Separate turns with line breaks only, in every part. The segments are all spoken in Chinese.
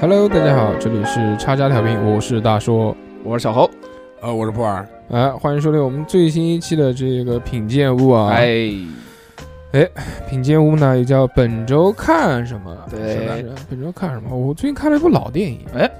Hello，大家好，这里是叉叉调频，我是大说，
我是小侯。
呃，我是普洱，
哎，欢迎收听我们最新一期的这个品鉴屋啊。，
哎，
品鉴屋呢也叫本周看什么？
对
是的是的本周看什么？我最近看了一部老电影，
哎，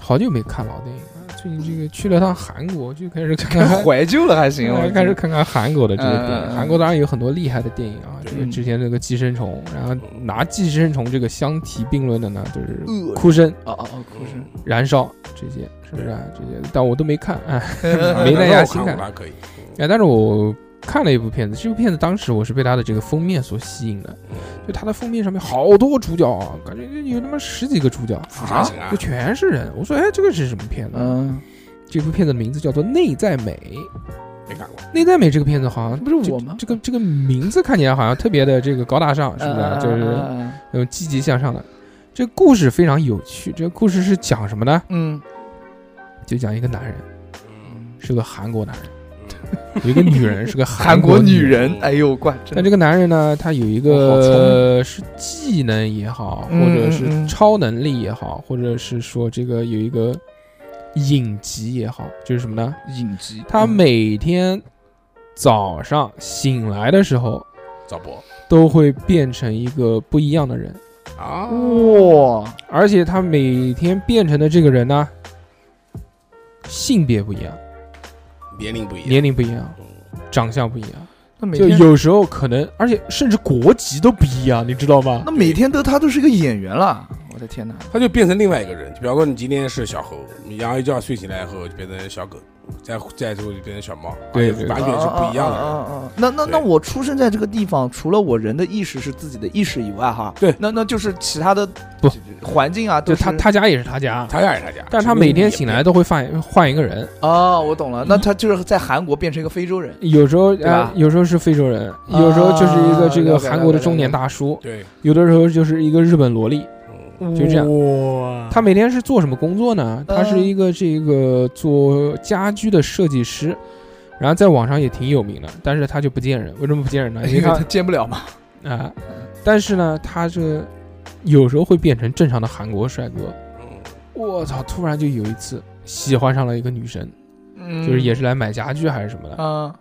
好久没看老电影了。最近这个去了趟韩国，就开始看 看
怀旧了还行，我
开始看看韩国的这些电
嗯嗯
影。
嗯
韩国当然有很多厉害的电影啊，
对
这个之前那个《寄生虫》，然后拿《寄生虫》这个相提并论的呢，就是
恶
《哭声》
啊啊啊，哭声，
《燃烧》这些，是不是啊？这些，但我都没看，哎，没
哦 呃
没
耐下心
看，
看
我还可以。
哎，但是我看了一部片子，这部片子当时我是被它的这个封面所吸引的，就它的封面上面好多主角啊，感觉有他妈十几个主角，
釜山行啊
就，全是人。我说，哎，这个是什么片子？
嗯，
这部片子的名字叫做《内在美》。
没看过。
《内在美》这个片子好像
不是
这
我吗
这个这个名字看起来好像特别的这个高大上，是不是啊？
嗯
就是
嗯嗯
那种积极向上的。这个故事非常有趣。这个故事是讲什么呢？
嗯，
就讲一个男人
嗯，
是个韩国男人， 有一个女人是个
韩
国
国女
人。
人，哎呦，怪真
但这个男人呢，他有一
哇哦好聪明
个是技能也好，
嗯
或者是
嗯嗯
超能力也好，或者是说这个有一个隐疾也好，就是什么呢？
影集，
他每天早上醒来的时候，
赵博
都会变成一个不一样的人，
啊，
哇，
而且他每天变成的这个人呢，性别不一样，
年龄不一样，嗯
年龄不一样，长相不一样，
那每
就
天
有时候可能，而且甚至国籍都不一样，你知道吗
那？每天都他都是个演员了，我的天哪，
他就变成另外一个人。就比方说，你今天是小猴，你然后一觉睡醒来以后就变成小狗，再再之后就变成小猫，
对
啊就
对
完全是不一样
啊啊
的。
啊啊啊那那
对
那我出生在这个地方，除了我人的意识是自己的意识以外，哈，
对
那那就是其他的
不
环境啊，
就
都是
他他家也是他家，
他家也是他
啊
家，
但是他每天醒来都会换换一个人，
哦，我懂了，那他就是在韩国变成一个非洲人，
有时候
对
啊
吧，啊
有时候是非洲人，有时候就是一个这个
了解了解
韩国的中年大叔，
对，
有的时候就是一个日本萝莉。
嗯
就这样
哇
他每天是做什么工作呢？
嗯
他是一个这个做家居的设计师，然后在网上也挺有名的，但是他就不见人，为什么不见人呢？因为
因为
他
他见不了嘛，
啊、但是呢，他这有时候会变成正常的韩国帅哥。
嗯
我操！突然就有一次喜欢上了一个女生，
嗯
就是也是来买家具还是什么的，
啊，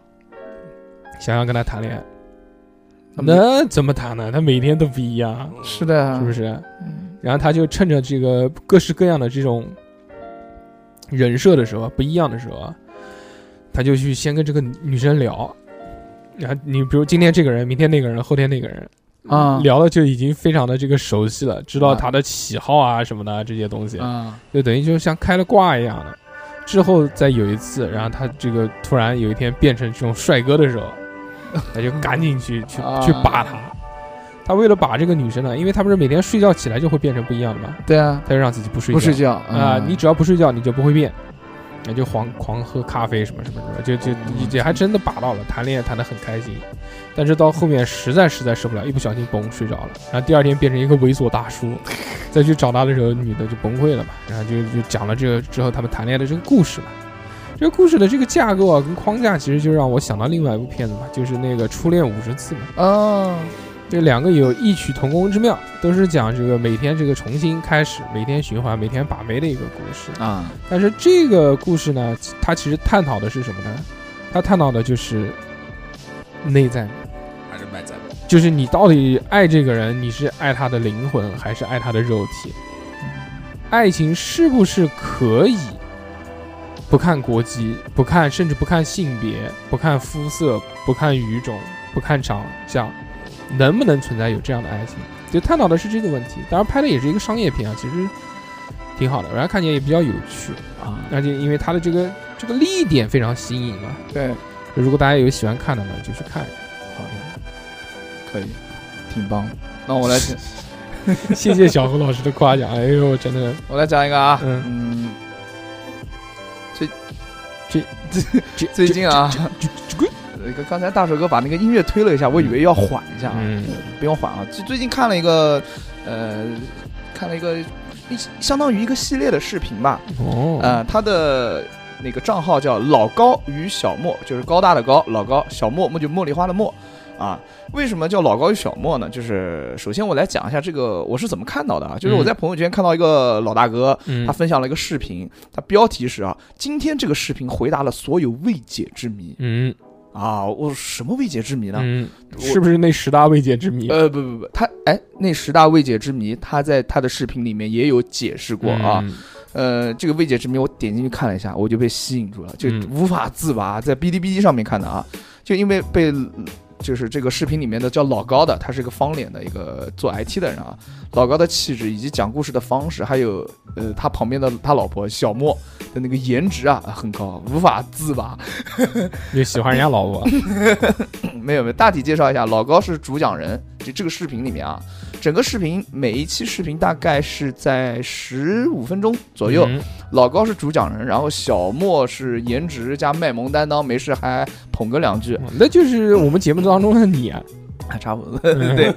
想要跟他谈恋爱，
那么
那怎么谈呢？他每天都不一样，
嗯
是的，啊嗯
是不
是？
是？然后他就趁着这个各式各样的这种人设的时候，不一样的时候啊，他就去先跟这个女生聊。然后你比如今天这个人，明天那个人，后天那个人
啊
聊的就已经非常的这个熟悉了，知道
啊
他的喜好啊什么的这些东西，
啊，
就等于就像开了挂一样的。之后再有一次，然后他这个突然有一天变成这种帅哥的时候，他就赶紧 去去
啊
去把他。他为了把这个女生呢，因为他不是每天睡觉起来就会变成不一样的嘛，
对啊，
他就让自己不睡
不睡
觉
觉
啊、
嗯
你只要不睡觉，你就不会变，那就狂狂喝咖啡什么什么什么，就就
嗯
也也还真的把到了，谈恋爱谈得很开心，但是到后面实在实在受不了，一不小心嘣睡着了，然后第二天变成一个猥琐大 叔，再去找他的时候，女的就崩溃了嘛，然后就就讲了这个之后他们谈恋爱的这个故事嘛。这个故事的这个架构啊，跟框架其实就让我想到另外一部片子嘛，就是那个《初恋五十次》嘛。
啊，
这两个有异曲同工之妙，都是讲这个每天这个重新开始，每天循环，每天把妹的一个故事。
啊，
但是这个故事呢，其它其实探讨的是什么呢？它探讨的就是内在美，
还是卖赞的。
就是你到底爱这个人，你是爱他的灵魂，还是爱他的肉体？爱情是不是可以不看国籍，不看甚至不看性别，不看肤色，不看语种，不看长相，能不能存在有这样的爱情？就探讨的是这个问题。当然，拍的也是一个商业片啊，其实挺好的，然后看起来也比较有趣，
啊，
而且因为它的这个这个利益点非常新颖嘛，
对，
如果大家有喜欢看的呢，就去看一下。
好的，可以，挺棒。那我来讲，
谢谢小何老师的夸奖，哎呦，真 的，
我来讲一个啊，
嗯，
嗯，最
这
最
这
最近啊，
这这个，
呃刚才大手哥把那个音乐推了一下，我以为要缓一下啊，
嗯
不用缓啊。最最近看了一个，呃，看了一个一相当于一个系列的视频吧，
哦，
呃，他的那个账号叫老高与小莫，就是高大的高，老高，小莫，那就茉莉花的茉。啊，为什么叫老高与小莫呢？就是首先我来讲一下这个我是怎么看到的啊，就是我在朋友圈看到一个老大哥，
嗯
他分享了一个视频，他标题是啊，今天这个视频回答了所有未解之谜
嗯
啊，我什么未解之谜呢？
嗯，
我
是不是那十大未解之谜？
呃，不不不，他哎，那十大未解之谜，他在他的视频里面也有解释过啊。
嗯，
呃，这个未解之谜，我点进去看了一下，我就被吸引住了，就
嗯
无法自拔，在哔哩哔哩上面看的啊，就因为被就是这个视频里面的叫老高的，他是一个方脸的一个做 IT 的人啊，老高的气质以及讲故事的方式，还有呃他旁边的他老婆小莫的那个颜值啊很高，无法自拔。
你喜欢人家老婆？
没有没有，大体介绍一下，老高是主讲人，就这个视频里面啊，整个视频每一期视频大概是在十五分钟左右，
嗯
老高是主讲人，然后小莫是颜值加卖萌担当，没事还捧个两句，
嗯那就是我们节目当中的你啊。
还差不 多对。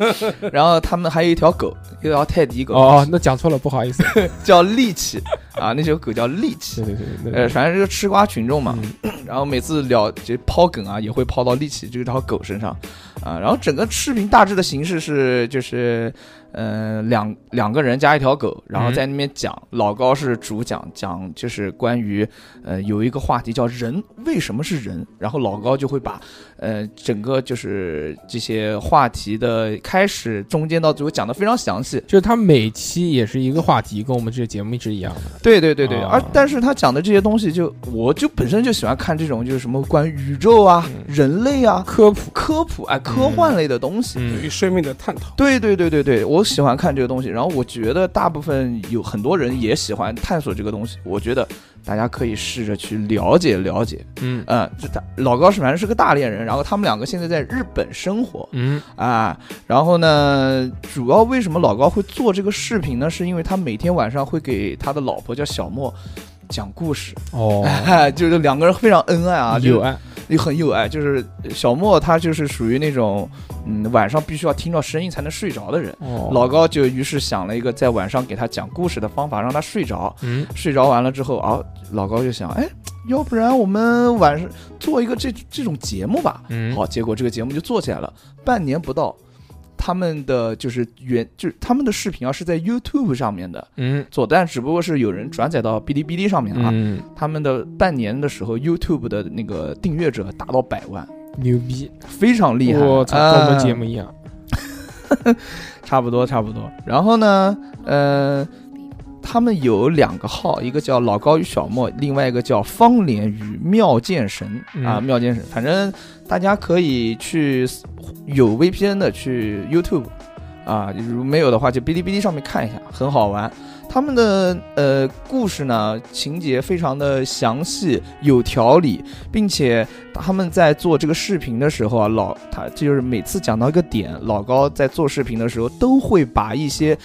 然后他们还有一条狗，一条泰迪狗、
哦，那讲错了，不好意思。
叫力气啊，那条狗叫力气
对。对对对
呃，
对，
反正这个吃瓜群众嘛，
嗯
然后每次聊就抛梗啊，也会抛到力气这条狗身上，啊，然后整个视频大致的形式是就是，呃，两两个人加一条狗，然后在那边讲，老高是主讲，讲就是关于，呃，有一个话题叫人为什么是人，然后老高就会把，呃，整个就是这些话题的开始、中间到最后讲的非常详细，
就是他每期也是一个话题，跟我们这个节目一直一样的。
对对对对，
啊
而但是他讲的这些东西就，我就本身就喜欢看这种，就是什么关于宇宙啊、
嗯
人类啊、
科普，
科普哎、科幻类的东西。
对
嗯
于生命的探讨。
对对对对对，我喜欢看这个东西，然后我觉得大部分有很多人也喜欢探索这个东西，我觉得大家可以试着去了解了解。
嗯
嗯，这他老高是反正是个大连人，然后他们两个现在在日本生活，
嗯
啊，然后呢，主要为什么老高会做这个视频呢？是因为他每天晚上会给他的老婆叫小莫讲故事，
哦，
就是两个人非常恩爱啊，就
有爱，
也很有爱。就是小莫他就是属于那种，嗯，晚上必须要听到声音才能睡着的人。
哦
老高就于是想了一个在晚上给他讲故事的方法，让他睡着。
嗯
睡着完了之后啊，老高就想，哎，要不然我们晚上做一个这这种节目吧。
嗯，
好，结果这个节目就做起来了。半年不到，他们的就是原就是他们的视频啊是在 YouTube 上面的
嗯
做，但只不过是有人转载到哔哩哔哩上面啊。
嗯，
他们的半年的时候，YouTube 的那个订阅者达到百万，
牛逼，
非常厉害。
我操，跟我们节
啊
目一样。
差不多差不多。然后呢，呃。他们有两个号，一个叫老高与小莫，另外一个叫方脸与妙剑神、
嗯
啊，妙剑神。反正大家可以去有 VPN 的去 YouTube 啊，如没有的话就哔哩哔哩上面看一下，很好玩。他们的呃故事呢，情节非常的详细有条理，并且他们在做这个视频的时候啊，老他就是每次讲到一个点，老高在做视频的时候都会把一些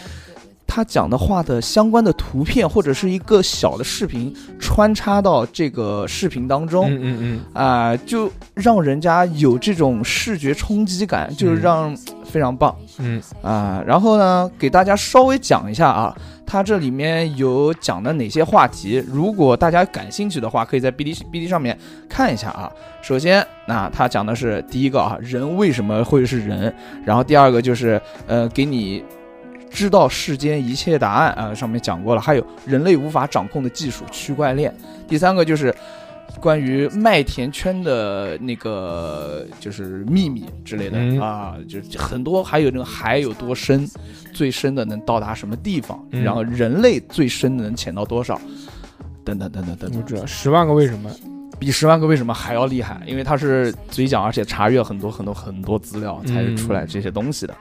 他讲的话的相关的图片或者是一个小的视频穿插到这个视频当中。
嗯嗯嗯，
啊、就让人家有这种视觉冲击感，就是让非常棒
嗯
啊、然后呢，给大家稍微讲一下啊，它这里面有讲的哪些话题，如果大家感兴趣的话，可以在哔哩哔哩上面看一下啊。首先，那他讲的是第一个啊，人为什么会是人，然后第二个就是呃，给你。知道世间一切答案啊、上面讲过了。还有人类无法掌控的技术，区块链。第三个就是关于麦田圈的那个就是秘密之类的、
嗯
啊，就是很多，还有那个海有多深，最深的能到达什么地方，
嗯
然后人类最深的能潜到多少，等等等等等
嗯我
等，
知道，十万个为什么。
比十万个为什么还要厉害，因为它是嘴讲，而且查阅很多很多很多资料才
嗯
出来这些东西的，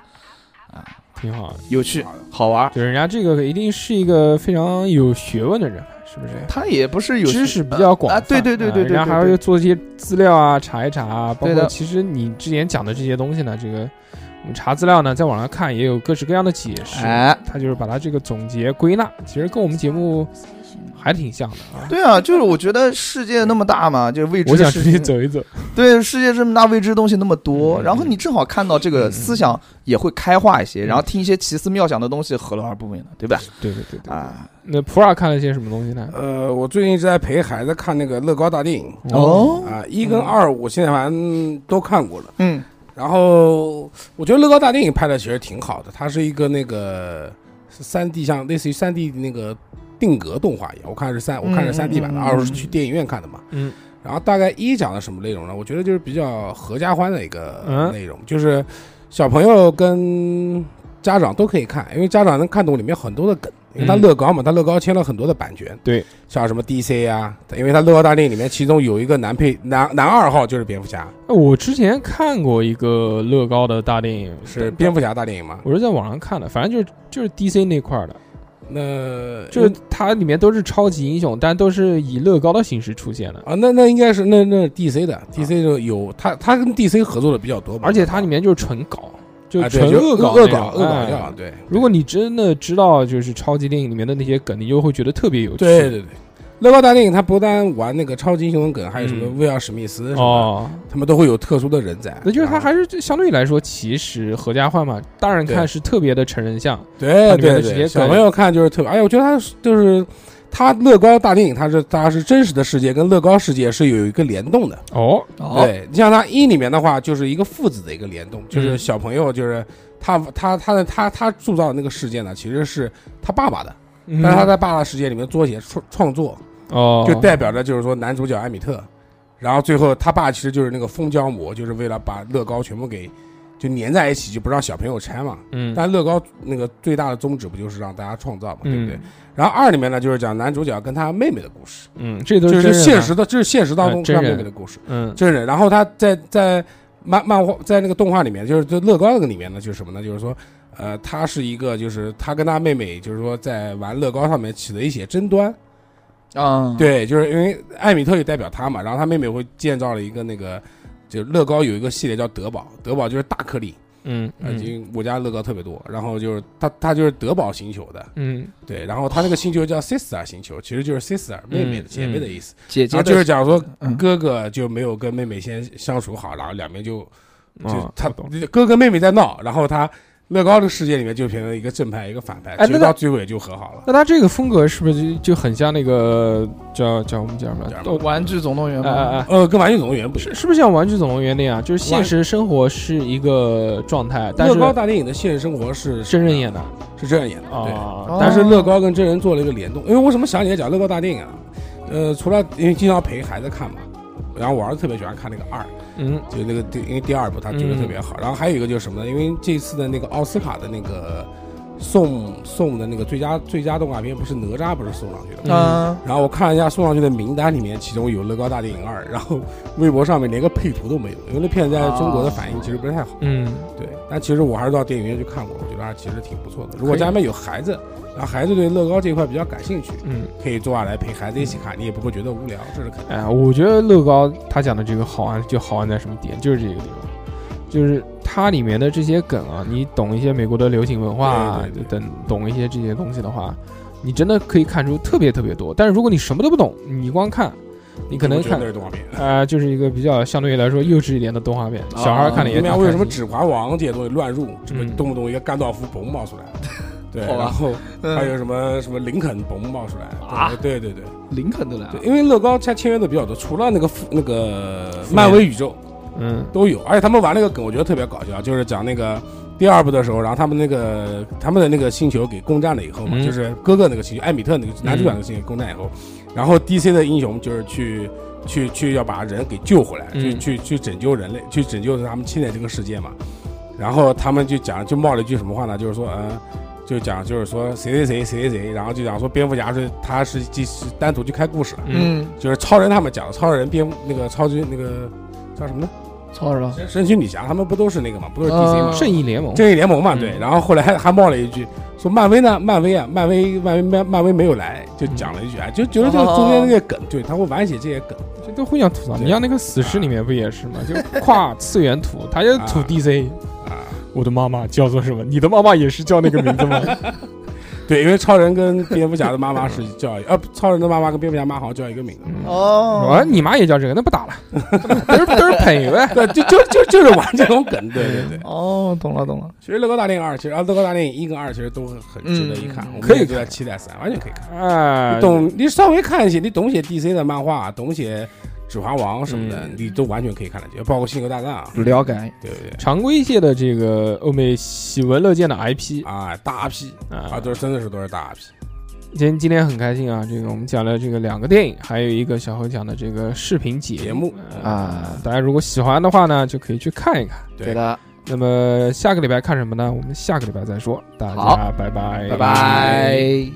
挺好的，
有趣好玩。
就人家这个一定是一个非常有学问的人，是不是？
它也不是有
知识比较广
啊，
泛
对对对对对，
然后
对
还
对
会做一些资料啊，查一查啊，包
对
括
的
其实你之前讲的这些东西呢，这个我们查资料呢，在网上看也有各式各样的解释，
哎，
他就是把它这个总结归纳，其实跟我们节目还挺像的啊。
对啊，就是我觉得世界那么大嘛，就是未知
我
的
想
事
出
情
去走一走，
对，世界这么大，未知的东西那么多，
嗯
然后你正好看到这个
嗯
思想也会开化一些，
嗯
然后听一些奇思妙想的东西，何乐而不为呢？对吧？
对对对对。
啊，
那普洱看了些什么东西呢？
呃，我最近一直在陪孩子看那个乐高大电影
嗯
哦，
啊，一跟二我现在反正都看过了。
嗯，
然后我觉得乐高大电影拍的其实挺好的，它是一个那个是三 D 像类似于三 D 那个定格动画一样，我看是三我看是三 D 版的，
嗯
二是去电影院看的嘛。
嗯
然后大概一讲的什么内容呢？我觉得就是比较合家欢的一个
嗯
内容，就是小朋友跟家长都可以看，因为家长能看懂里面很多的梗，因为他
嗯
乐高嘛，他乐高签了很多的版权，
对，
像什么 DC 啊，因为他乐高大电影里面其中有一个男配男男二号就是蝙蝠侠，
哦我之前看过一个乐高的大电影，
是蝙蝠侠大电影嘛？
我是在网上看的，反正就是就是 DC 那块儿的，
那
就是它里面都是超级英雄，但都是以乐高的形式出现的，
啊，那那应该是那那是 DC 的，DC 就有他他跟 DC 合作的比较多嘛，
啊而且它里面就是纯搞，就
啊对
纯
恶
搞
恶
恶
搞恶搞
掉。
掉，对。
如果你真的知道就是超级电影里面的那些梗，你就会觉得特别有趣。
对对对对，乐高大电影它不单玩那个超级英雄的梗，还有什么
嗯
威尔史密斯什么的，
哦，
他们都会有特殊的人在。啊
那就是它
然后
还是就相对来说，其实合家欢嘛，大人看
对
是特别的成人像。它
对
里面
对
的直
对，
接
小
梗
朋友看就是特别，哎呀，我觉得它是就是它乐高大电影，它是它是真实的世界跟乐高世界是有一个联动的。
哦，
哦，
对你像它一里面的话，就是一个父子的一个联动，就是
嗯
小朋友就是他他他的他他塑造的那个世界呢，其实是他爸爸的，
嗯
但是他在爸爸世界里面做一些创创作，
哦，
就代表着就是说男主角艾米特，然后最后他爸其实就是那个蜂胶膜，就是为了把乐高全部给就粘在一起，就不让小朋友拆嘛。
嗯，
但乐高那个最大的宗旨不就是让大家创造嘛，对不对
嗯？
然后二里面呢，就是讲男主角跟他妹妹的故事，
嗯，这都
就是
真
是
人
现
版
实，的，就是现实当中
啊
跟
真
他
人
妹妹的故事，
嗯
真人。然后他在在漫漫画在那个动画里面，就是在乐高那个里面呢，就是什么呢？就是说，呃，他是一个就是他跟他妹妹就是说在玩乐高上面起了一些争端，
啊，
对，就是因为艾米特也代表他嘛，然后他妹妹会建造了一个那个，就是乐高有一个系列叫德宝，德宝就是大颗粒，
嗯
呃
嗯
因为我家乐高特别多，然后就是它它就是德宝星球的，
嗯
对，然后它那个星球叫 sister 星球，其实就是 sister 妹妹的姐妹的意思，
姐姐
然后
的
啊就是讲说
嗯
哥哥就没有跟妹妹先相处好，然后两边就就
哦
他
我懂
哥哥妹妹在闹，然后他乐高的世界里面就变成了一个正派一个反派，
哎
其
那个
实到最后也就和好了。
那他这个风格是不是就就很像那个叫叫我们叫什么
叫什？么
都
玩具总动员
哎哎
嘛，
哎，
呃，跟玩具总动员不是
是是不是像《玩具总动员》那样？就是现实生活是一个状态，但
乐
是
高大电影的现实生活是
真人演的
是这样演的，哦对。
啊。
但是乐高跟真人做了一个联动，因为为什么想起来讲乐高大电影啊？呃，除了因为经常陪孩子看嘛，然后我儿子特别喜欢看那个二，
嗯
就那个第因为第二部他觉得特别好。然后还有一个就是什么呢？因为这次的那个奥斯卡的那个送送的那个最佳最佳动画片不是哪吒不是送上去的
嗯
吗？
啊，
然后我看了一下送上去的名单，里面其中有《乐高大电影二》， 然后微博上面连个配图都没有，因为那片在中国的反应其实不是太好。
嗯，
对，但其实我还是到电影院去看过，我觉得还其实挺不错的。如果家里面有孩子，然后孩子对乐高这一块比较感兴趣，
嗯，
可以坐下来陪孩子一起看，你也不会觉得无聊，这是肯定。
哎，我觉得乐高他讲的这个好玩就好玩在什么点？就是这个地方，就是它里面的这些梗啊，你懂一些美国的流行文化啊
对对对
等懂一些这些东西的话，你真的可以看出特别特别多。但是如果你什么都不懂，你光看，你可能
我觉得
看
那是动画片。
啊、就是一个比较相对来说幼稚一点的动画片，
啊
小孩看了
你
也
们
挺
俩为什么
开心
指环王这些东西乱入，这么
嗯
动不动一个甘道夫嘣冒出 来，对，
好吧
然后
嗯
还有什么什么林肯嘣冒出来，
啊
对对对对
林肯都来了
对，，因为乐高它签约的比较多，除了那个复那个
复联
漫威宇宙
嗯
都有，而且他们玩那个梗，我觉得特别搞笑，就是讲那个第二部的时候，然后他们那个他们的那个星球给攻占了以后嘛，
嗯
就是哥哥那个星球，艾米特那个男主角那个星球给攻占以后，然后 DC 的英雄就是去去去要把人给救回来，
嗯
去去去拯救人类，去拯救他们现在这个世界嘛。然后他们就讲，就冒了一句什么话呢？就是说，嗯，就讲就是说谁谁谁谁谁谁，然后就讲说蝙蝠侠是他是既是单独去开故事了，
嗯
嗯，
就是超人他们讲，超人蝙蝠那个超级那个叫什么呢？
操是吧？
神奇女侠他们不都是那个嘛，不都是
啊
DC 嘛？
正义联盟
正义联盟嘛，对。
嗯
然后后来还还冒了一句，说漫威呢？漫威啊，漫威，漫威，漫漫威没有来，就
嗯
讲了一句，哎，就觉得这个
哦
中间那些梗，对，他会玩一些这些梗，
这都互相吐槽。
对
你像那个死侍里面不也是吗？就跨次元吐，他就吐
啊
DC。
啊，
我的妈妈叫做什么？你的妈妈也是叫那个名字吗？
对，因为超人跟蝙蝠侠的妈妈是叫，呃，不超人的妈妈跟蝙蝠侠妈好像叫一个名字，
嗯我
哦
说，你妈也叫这个，那不打了， 都是都是朋友呗。
对，就就就就是玩这种梗，对对对。
哦，懂了懂了，
其实《乐高大电影二》其实啊，《乐高大电影一》跟二其实都很很值得一看，
嗯
我们
可以
也就在期待三，完全可以看。
哎，
你懂，你稍微看一些，你懂些 DC 的漫画，懂些指环王》什么的，
嗯
你都完全可以看得见，包括《星球大战》啊，
了解，
对不对？
常规界的这个欧美喜闻乐见的 IP
啊，大 IP 啊，
啊，
都是真的是都是大 IP。
今天今天很开心啊，这个我们讲了这个两个电影，还有一个小何讲的这个视频节目
节目
啊
大家如果喜欢的话呢，就可以去看一看。
对
对的，
那么下个礼拜
哎
看什么呢？我们下个礼拜再说，大
好
家拜拜，
拜拜。